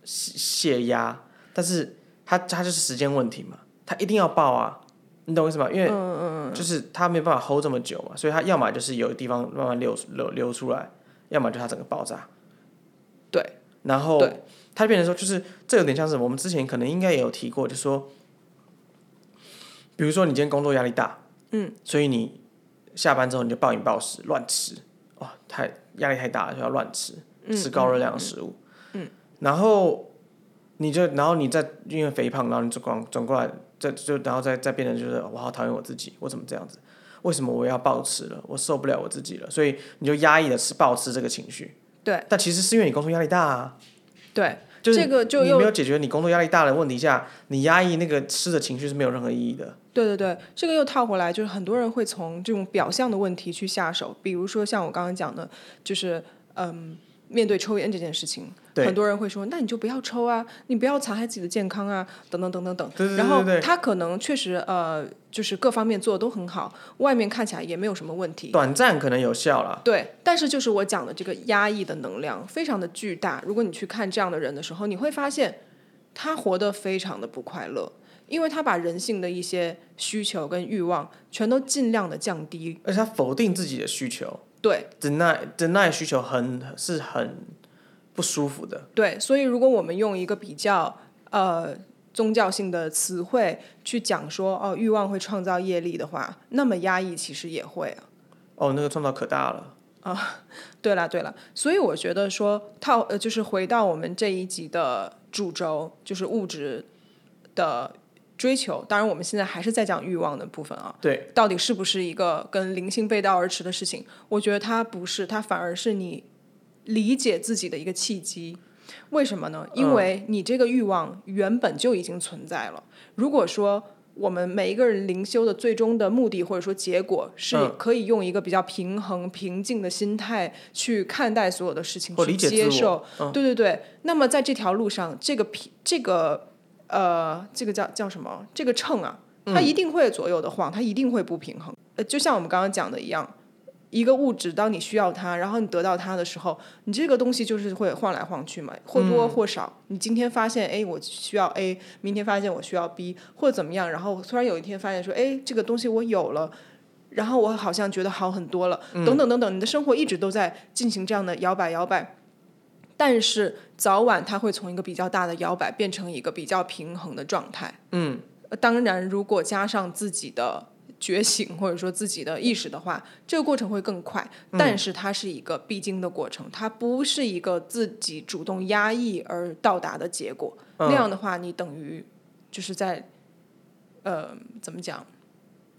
S2: 泄泄压，但是它它就是时间问题嘛，它一定要爆啊，你懂我意思吗？因
S1: 嗯
S2: 为就是它没办法 hold 这么久嘛，所以它要么就是有地方慢慢流流流出来，要么就它整个爆炸。
S1: 对
S2: 然后
S1: 对
S2: 它变成说，就是这有点像是我们之前可能应该也有提过，就说，比如说你今天工作压力大，嗯，所以你下班之后你就暴饮暴食，乱吃，哇、太压力太大了，就要乱吃，
S1: 嗯
S2: 吃高热量的食物，嗯，然后你就然后你再因为肥胖，然后你就转转过来，再就然后再再变成就是我好讨厌我自己，我怎么这样子？为什么我要暴吃了？我受不了我自己了，所以你就压抑的吃暴吃这个情绪。
S1: 对
S2: 但其实是因为你工作压力大啊，
S1: 对，
S2: 就是
S1: 这个就
S2: 你
S1: 又
S2: 没有解决你工作压力大的问题下，你压抑那个吃的情绪是没有任何意义的。
S1: 对对对，这个又套回来，就是很多人会从这种表象的问题去下手，比如说像我刚刚讲的，就是嗯，面对抽烟这件事情，
S2: 对
S1: 很多人会说，那你就不要抽啊，你不要残害自己的健康啊，等等等等等。
S2: 对对对
S1: 然后
S2: 对对
S1: 他可能确实呃，就是各方面做的都很好，外面看起来也没有什么问题。
S2: 短暂可能有效啦，
S1: 对，但是就是我讲的这个压抑的能量非常的巨大。如果你去看这样的人的时候，你会发现他活得非常的不快乐，因为他把人性的一些需求跟欲望全都尽量的降低。
S2: 而且他否定自己的需求
S1: 对
S2: ，deny deny 需求很是很不舒服的。
S1: 对，所以如果我们用一个比较呃宗教性的词汇去讲说哦欲望会创造业力的话，那么压抑其实也会啊。
S2: 哦，那个创造可大了，
S1: 对了对了，所以我觉得说套呃，就是回到我们这一集的主轴，就是物质的追求。当然，我们现在还是在讲欲望的部分啊，
S2: 对，
S1: 到底是不是一个跟灵性背道而驰的事情？我觉得它不是，它反而是你理解自己的一个契机。为什么呢？
S2: 嗯
S1: 因为你这个欲望原本就已经存在了。如果说我们每一个人灵修的最终的目的或者说结果是
S2: 嗯
S1: 可以用一个比较平衡、平静的心态去看待所有的事情，
S2: 或
S1: 去
S2: 理解
S1: 接
S2: 自
S1: 受
S2: 我。，嗯
S1: 对对对。那么在这条路上，这个平这个呃，这个叫叫什么？这个秤啊，它
S2: 嗯
S1: 一定会左右的晃，它一定会不平衡。呃，就像我们刚刚讲的一样，一个物质，当你需要它，然后你得到它的时候，你这个东西就是会晃来晃去嘛，或多或少。你今天发现，哎，我需要 A，明天发现我需要 B，或者怎么样，然后突然有一天发现说，哎，这个东西我有了。然后我好像觉得好很多了，等等等等，你的生活一直都在进行这样的摇摆摇摆，但是早晚它会从一个比较大的摇摆变成一个比较平衡的状态。
S2: 嗯，
S1: 呃当然，如果加上自己的觉醒或者说自己的意识的话，这个过程会更快。
S2: 嗯
S1: 但是它是一个必经的过程，它不是一个自己主动压抑而到达的结果。
S2: 嗯
S1: 那样的话，你等于就是在呃怎么讲？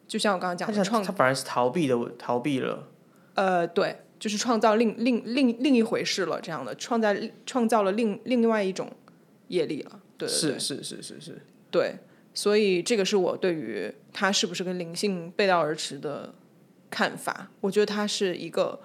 S1: 就像我刚刚讲
S2: 他
S1: 的
S2: 想
S1: 创
S2: 他反而是逃避的，逃避了。
S1: 呃，对，就是创造另另另另一回事了，这样的创造创造了另另外一种业力了，对对对
S2: 是是是是是，
S1: 对，所以这个是我对于它是不是跟灵性背道而驰的看法。我觉得它是一个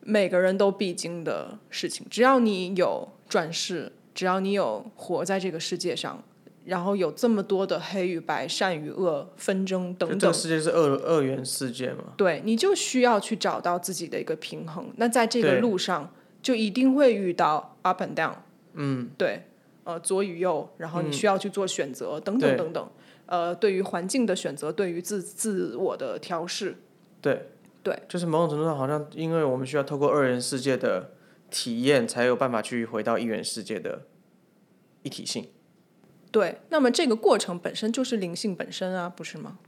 S1: 每个人都必经的事情，只要你有转世，只要你有活在这个世界上。然后有这么多的黑与白、善与恶、纷争等
S2: 就
S1: 等，
S2: 这个世界是二二元世界嘛？
S1: 对，你就需要去找到自己的一个平衡。那在这个
S2: 对
S1: 路上，就一定会遇到 up and down，
S2: 嗯，
S1: 对，呃，左与右，然后你需要去做选择，等等
S2: 对
S1: 等等。呃，对于环境的选择，对于自自我的调试，
S2: 对，
S1: 对，
S2: 就是某种程度上，好像因为我们需要透过二元世界的体验，才有办法去回到一元世界的一体性。
S1: 对。那么这个过程本身就是灵性本身啊，不是吗？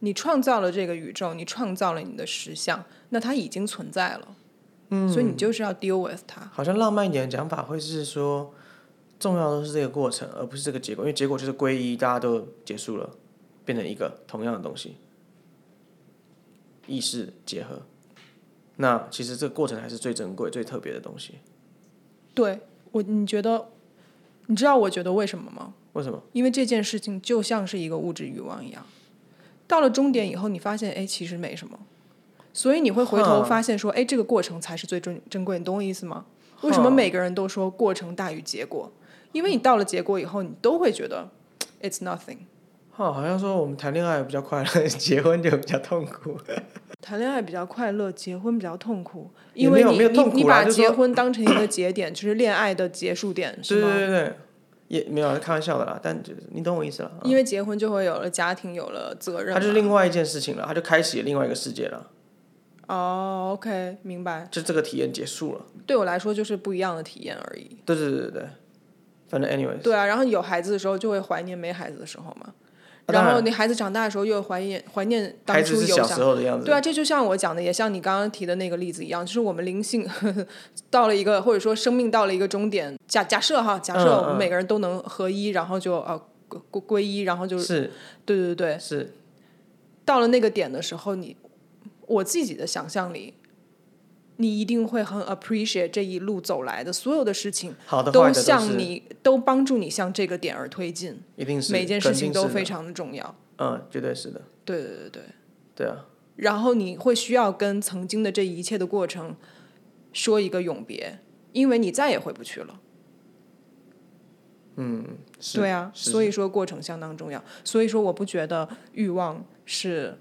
S1: 你创造了这个宇宙，你创造了你的实相，那它已经存在了，嗯，所以你就是要 deal with 它，
S2: 好像浪漫一点的讲法会是说，重要的是这个过程，而不是这个结果，因为结果就是归一，大家都结束了，变成一个同样的东西，意识结合。那其实这个过程还是最珍贵、最特别的东西。
S1: 对我，你觉得，你知道我觉得为什么吗？
S2: 为什么？
S1: 因为这件事情就像是一个物质欲望一样，到了终点以后，你发现哎，其实没什么，所以你会回头
S2: 哼
S1: 发现说，哎，这个过程才是最珍珍贵，你懂我意思吗？为什么
S2: 哼
S1: 每个人都说过程大于结果？因为你到了结果以后，你都会觉得 it's nothing。
S2: 哈，好像说我们谈恋爱比较快乐，结婚就比较痛苦。
S1: 谈恋爱比较快乐，结婚比较痛苦，
S2: 也
S1: 因
S2: 没
S1: 为
S2: 有
S1: 你
S2: 没有
S1: 你
S2: 痛苦
S1: 你
S2: 啦
S1: 把
S2: 就是
S1: 结
S2: 说
S1: 婚当成一个节点，就是恋爱的结束点，是
S2: 对
S1: 吗？
S2: 对对对，也没有开玩笑的啦，但就是你懂我意思了。
S1: 因为结婚就会有了家庭，有了责任嘛。
S2: 它就是另外一件事情了，它就开启了另外一个世界了，
S1: 哦，OK，明白。
S2: 就这个体验结束了。
S1: 对我来说就是不一样的体验而已。
S2: 对对对对对，反正 anyway，
S1: 对啊，然后有孩子的时候就会怀念没孩子的时候嘛，
S2: 啊当
S1: 然
S2: 然
S1: 后你孩子长大的时候又会怀念怀念当
S2: 孩
S1: 初
S2: 子是
S1: 有
S2: 小
S1: 想
S2: 时候的样子。
S1: 对啊，这就像我讲的，也像你刚刚提的那个例子一样，就是我们灵性 到了一个，或者说生命到了一个终点。假假设哈，假设
S2: 嗯嗯
S1: 我们每个人都能合一，然后就呃归归归一，然后就是对对对，
S2: 是，
S1: 到了那个点的时候，你我自己的想象里，你一定会很 appreciate 这一路走来的所有的事情，
S2: 好的坏
S1: 都
S2: 的都
S1: 向
S2: 是，
S1: 你都帮助你向这个点而推进，
S2: 一定是
S1: 每件事
S2: 肯定
S1: 情都
S2: 是的
S1: 非常的重要。
S2: 嗯，绝对是的，
S1: 对对对对，
S2: 对啊，
S1: 然后你会需要跟曾经的这一切的过程说一个永别，因为你再也回不去了。
S2: 是
S1: 对啊，
S2: 是
S1: 所以说过程相当重要。所以说，我不觉得欲望是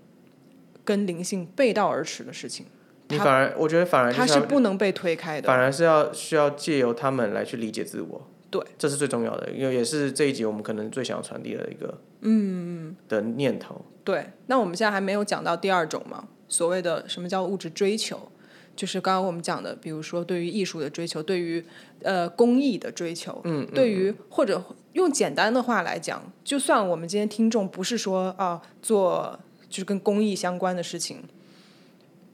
S1: 跟灵性背道而驰的事情，
S2: 你反而我觉得反而就
S1: 它
S2: 是
S1: 是
S2: 要
S1: 不能被推开的。
S2: 反而是要需要借由他们来去理解自我，
S1: 对，
S2: 这是最重要的，因为也是这一集我们可能最想要传递的一个嗯的念头，
S1: 对，那我们现在还没有讲到第二种嘛，所谓的什么叫物质追求，就是刚刚我们讲的，比如说对于艺术的追求，对于呃工艺的追求，嗯，对于或者用简单的话来讲，就算我们今天听众不是说啊做就是跟工艺相关的事情。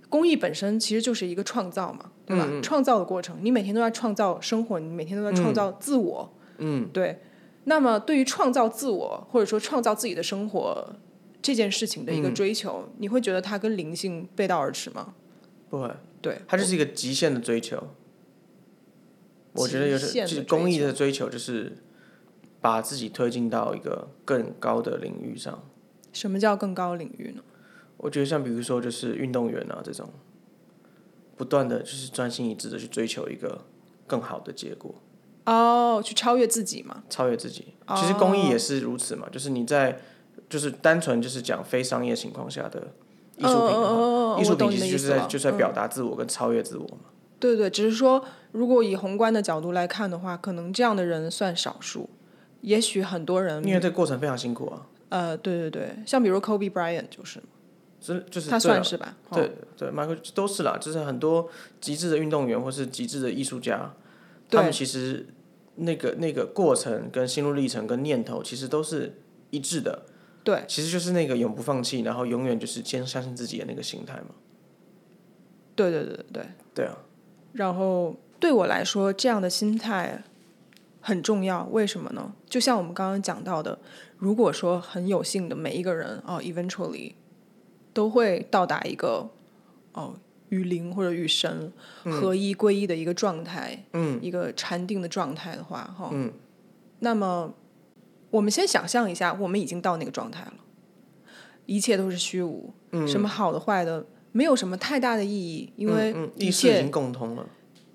S1: 工艺本身其实就是一个创造嘛，对吧？创造的过程，你每天都在创造生活，你每天都在创造自我，嗯，对。那么对于创造自我或者说创造自己的生活，这件事情的一
S2: 嗯
S1: 个追求，你会觉得它跟灵性背道而驰吗？
S2: 不会，
S1: 对，
S2: 它就是一个极限的追求，我觉得有
S1: 极限
S2: 点
S1: 的
S2: 就是
S1: 追
S2: 公益的追求，就是把自己推进到一个更高的领域上。
S1: 什么叫更高领域呢？
S2: 我觉得像比如说就是运动员啊这种，不断的就是专心一致的去追求一个更好的结果，
S1: 哦、去超越自己嘛。
S2: 超越自己。其实公益
S1: 哦
S2: 也是如此嘛，就是你在就是单纯就是讲非商业情况下的艺术品的话，
S1: 哦
S2: 艺术
S1: 我懂
S2: 品
S1: 你
S2: 其
S1: 的意
S2: 实就是
S1: 思
S2: 在
S1: 了。嗯
S2: 就是在表达自我跟超越自我嘛。
S1: 对对，只是说，如果以宏观的角度来看的话，可能这样的人算少数，也许很多人
S2: 因，为这个过程非常辛苦啊，
S1: 呃，对对对，像比如 Kobe Bryant 就是，
S2: 所以就是
S1: 他
S2: 对啊
S1: 算是吧？哦
S2: 对对，Michael 都是啦，就是很多极致的运动员或是极致的艺术家，
S1: 对
S2: 他们其实那个那个过程跟心路历程跟念头其实都是一致的，
S1: 对，
S2: 其实就是那个永不放弃，然后永远就是坚相信自己的那个心态嘛。
S1: 对对对对对。
S2: 对啊，
S1: 然后对我来说，这样的心态很重要。为什么呢？就像我们刚刚讲到的，如果说很有幸的每一个人哦，eventually 都会到达一个哦与灵或者与神
S2: 嗯
S1: 合一归一的一个状态，嗯，一个禅定的状态的话，哈、嗯，那么我们先想象一下，我们已经到那个状态了，一切都是虚无，嗯、什么好的坏的。没有什么太大的意义，因为
S2: 嗯，
S1: 一
S2: 意
S1: 切
S2: 识已经共通了，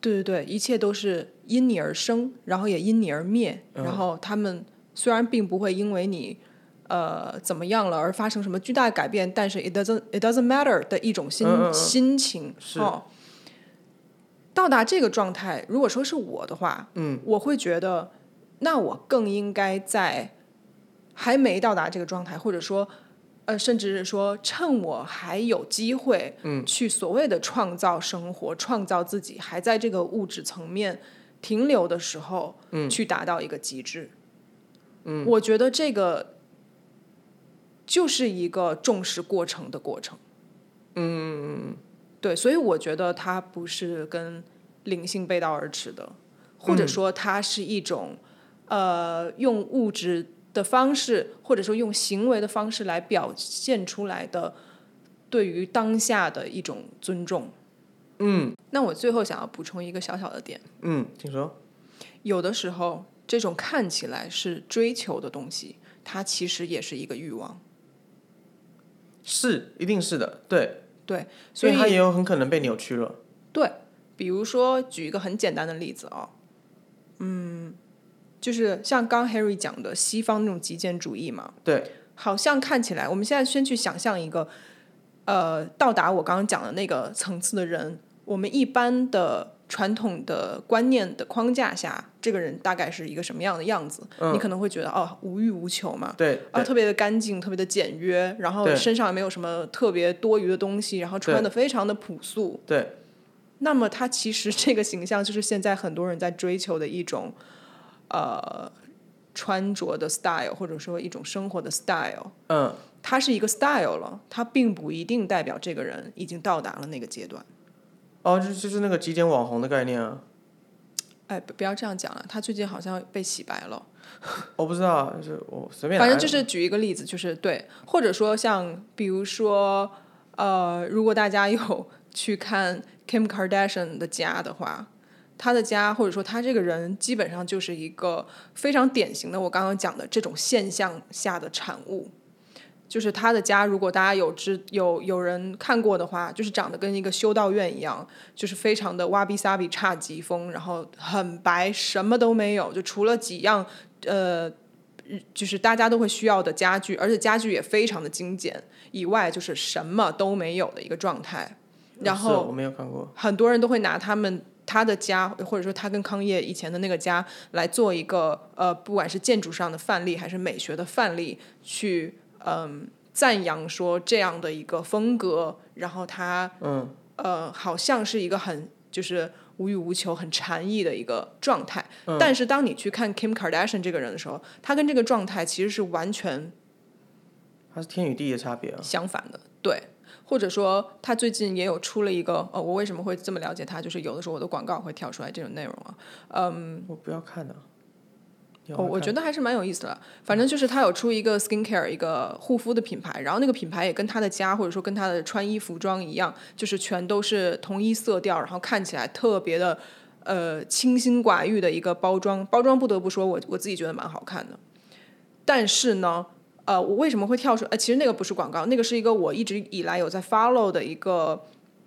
S1: 对对对，一切都是因你而生，然后也因你而灭。
S2: 嗯
S1: 然后他们虽然并不会因为你呃怎么样了而发生什么巨大的改变，但是 it doesn't it doesn't matter 的一种心、
S2: 嗯嗯嗯
S1: 心情
S2: 是
S1: 哦。到达这个状态，如果说是我的话，嗯，我会觉得，那我更应该在还没到达这个状态，或者说，呃，甚至是说，趁我还有机会，嗯，去所谓的创造生活、创造自己，还在这个物质层面停留的时候，嗯，去达到一个极致。嗯，我觉得这个就是一个重视过程的过程。嗯，对，所以我觉得它不是跟灵性背道而驰的，或者说它是一种、呃用物质的方式，或者说用行为的方式来表现出来的对于当下的一种尊重。嗯，那我最后想要补充一个小小的点。
S2: 嗯，听说，
S1: 有的时候，这种看起来是追求的东西，它其实也是一个欲望。
S2: 是，一定是的，对，
S1: 对，所
S2: 所以
S1: 以
S2: 它也有很可能被扭曲了。
S1: 对，比如说举一个很简单的例子哦，嗯，就是像刚 Harry 讲的西方那种极简主义嘛，
S2: 对，
S1: 好像看起来，我们现在先去想象一个，呃，到达我刚刚讲的那个层次的人，我们一般的传统的观念的框架下，这个人大概是一个什么样的样子？你可能会觉得哦，无欲无求嘛，
S2: 对，
S1: 啊，特别的干净，特别的简约，然后
S2: 对
S1: 身上也没有什么特别多余的东西，然后穿
S2: 对
S1: 的非常的朴素。
S2: 对，
S1: 那么他其实这个形象就是现在很多人在追求的一种，呃，穿着的 style，或者说一种生活的 style。
S2: 嗯，
S1: 它是一个 style 了，它并不一定代表这个人已经到达了那个阶段。
S2: 哦，就就是那个极简网红的概念啊，
S1: 哎，不不要这样讲了，他最近好像被洗白了。
S2: 我不知道啊，就是我随便，
S1: 反正就，是举一个例子，就是对，或者说像比如说，呃，如果大家有 去看 Kim Kardashian 的家的话，她的家或者说她这个人基本上就是一个非常典型的我刚刚讲的这种现象下的产物。就是她的家，如果大家有知有有人看过的话，就是长得跟一个修道院一样，就是非常的哇比萨比差极风，然后很白，什么都没有，就除了几样呃就是大家都会需要的家具，而且家具也非常的精简，以外就是什么都没有的一个状态。然
S2: 是
S1: 后
S2: 我没有看过，
S1: 很多人都会拿他们他的家，或者说他跟康业以前的那个家来做一个呃，不管是建筑上的范例，还是美学的范例，去嗯、赞扬说这样的一个风格，然后他
S2: 嗯，
S1: 呃，好像是一个很就是无欲无求、很禅意的一个状态。但是当你去看 Kim Kardashian 这个人的时候，他跟这个状态其实是完全
S2: 它是天与地的差别啊，
S1: 相反的，对。或者说，他最近也有出了一个，呃，我为什么会这么了解他？就是有的时候我的广告会跳出来这种内容啊，
S2: 我不要看的、啊，你要
S1: 哦我我
S2: 看
S1: 觉得还是蛮有意思的。反正就是他有出一个 skincare 一个护肤的品牌，然后那个品牌也跟他的家或者说跟他的穿衣服装一样，就是全都是同一色调，然后看起来特别的呃清心寡欲的一个包装。包装不得不说我我自己觉得蛮好看的，但是呢。呃，我为什么会跳出？呃，其实那个不是广告，那个是一个我一直以来有在 follow 的一个，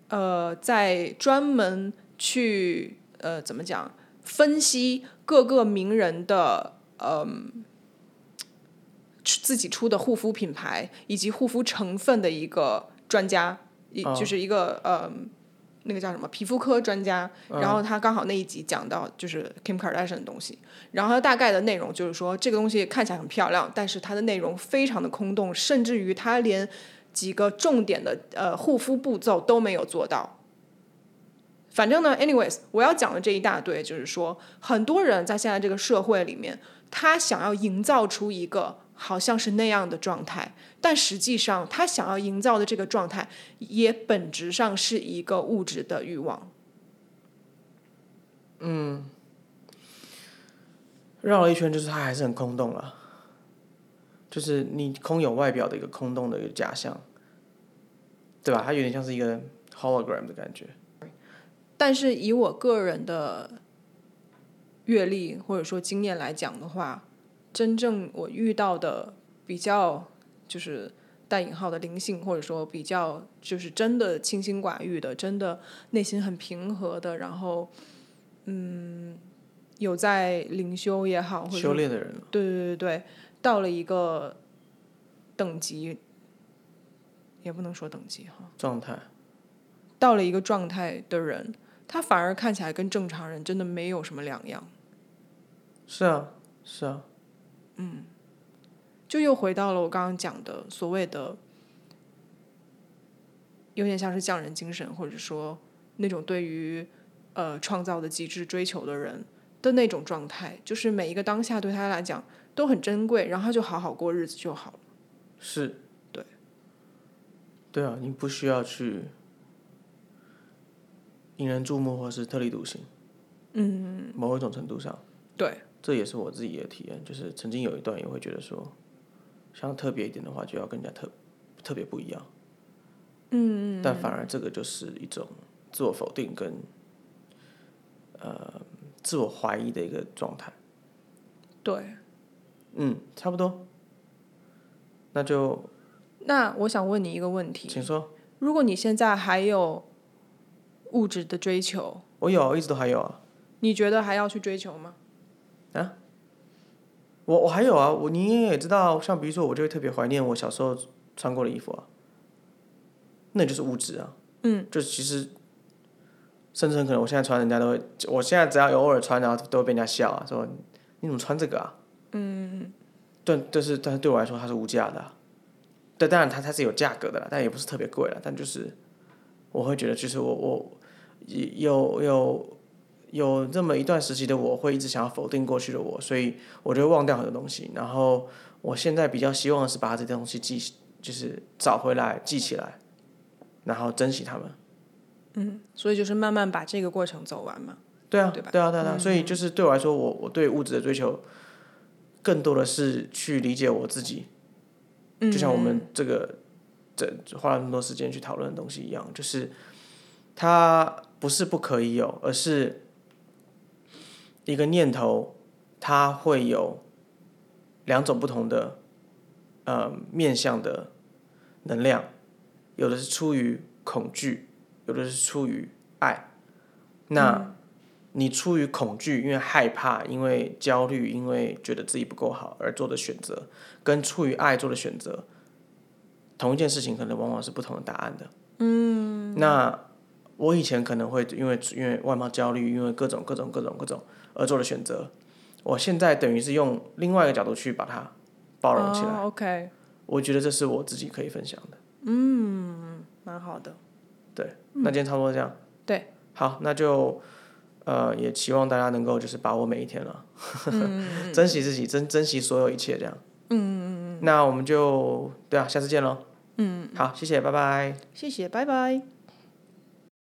S1: 呃，在专门去呃怎么讲分析各个名人的出自己出的护肤品牌以及护肤成分的一个专家，一、
S2: 哦
S1: 就是一个呃，那个叫什么皮肤科专家。然后他刚好那一集讲到就是 Kim Kardashian 的东西，然后他大概的内容就是说这个东西看起来很漂亮，但是它的内容非常的空洞，甚至于他连几个重点的呃护肤步骤都没有做到。反正呢，anyways，我要讲的这一大堆就是说，很多人在现在这个社会里面，他想要营造出一个好像是那样的状态，但实际上他想要营造的这个状态，也本质上是一个物质的欲望。
S2: 绕了一圈，就是它还是很空洞啊，就是你空有外表的一个空洞的一个假象，对吧？它有点像是一个 hologram 的感觉。
S1: 但是以我个人的阅历或者说经验来讲的话，真正我遇到的比较就是带引号的灵性，或者说比较就是真的清心寡欲的，真的内心很平和的，然后嗯，有在灵修也好，或者
S2: 修
S1: 说
S2: 炼的人，
S1: 对对对对，到了一个等级，也不能说等级哈，
S2: 状态
S1: 到了一个状态的人，他反而看起来跟正常人真的没有什么两样。
S2: 是啊，是啊，
S1: 就又回到了我刚刚讲的所谓的，有点像是匠人精神，或者说那种对于呃创造的极致追求的人的那种状态，就是每一个当下对他来讲都很珍贵，然后他就好好过日子就好了。
S2: 是对啊，你不需要去引人注目或是特立独行。嗯，某一种程度上，
S1: 对，
S2: 这也是我自己的体验，就是曾经有一段也会觉得说，想要特别一点的话，就要跟人家特特别不一样。嗯，但反而这个就是一种自我否定跟呃自我怀疑的一个状态。
S1: 对。
S2: 嗯，差不多。那就
S1: 那我想问你一个问题：
S2: 请说，
S1: 如果你现在还有物质的追求，
S2: 我有，一直都还有啊。
S1: 你觉得还要去追求吗？
S2: 我我还有啊，我你也知道，像比如说，我就会特别怀念我小时候穿过的衣服啊，那就是物质啊。嗯，就其实，甚至很可能我现在穿，人家都会，我现在只要有偶尔穿，然后都会被人家笑啊，说你怎么穿这个啊？嗯，但但是但是对我来说，它是无价的、啊。但当然它它是有价格的啦，但也不是特别贵了。但就是我会觉得，就是我我有有有这么一段时期的我，会一直想要否定过去的我，所以。我就会忘掉很多东西。然后我现在比较希望的是把这些东西记，就是找回来记起来，然后珍惜它们。
S1: 嗯，所以就是慢慢把这个过程走完嘛。
S2: 对啊，
S1: 对吧嗯
S2: 啊，对啊，对啊。所以就是对我来说，我我对物质的追求，更多的是去理解我自己。
S1: 嗯
S2: 就像我们这个这花了那么多时间去讨论的东西一样，就是它不是不可以有，而是一个念头，它会有两种不同的呃面向的能量，有的是出于恐惧，有的是出于爱。那、你出于恐惧，因为害怕，因为焦虑，因为觉得自己不够好而做的选择，跟出于爱做的选择，同一件事情可能往往是不同的答案的。嗯，那我以前可能会因为因为外貌焦虑，因为各种各种各种各种而做的选择，我现在等于是用另外一个角度去把它包容起来。
S1: 哦、OK，
S2: 我觉得这是我自己可以分享的。
S1: 嗯蛮好的。
S2: 对，那今天差不多这样。
S1: 对，
S2: 好，那就呃，也期望大家能够就是把握每一天了， 珍惜自己，珍珍惜所有一切这样。嗯嗯嗯。那我们就对啊，下次见喽。嗯。好，谢谢，拜拜。
S1: 谢谢，拜拜。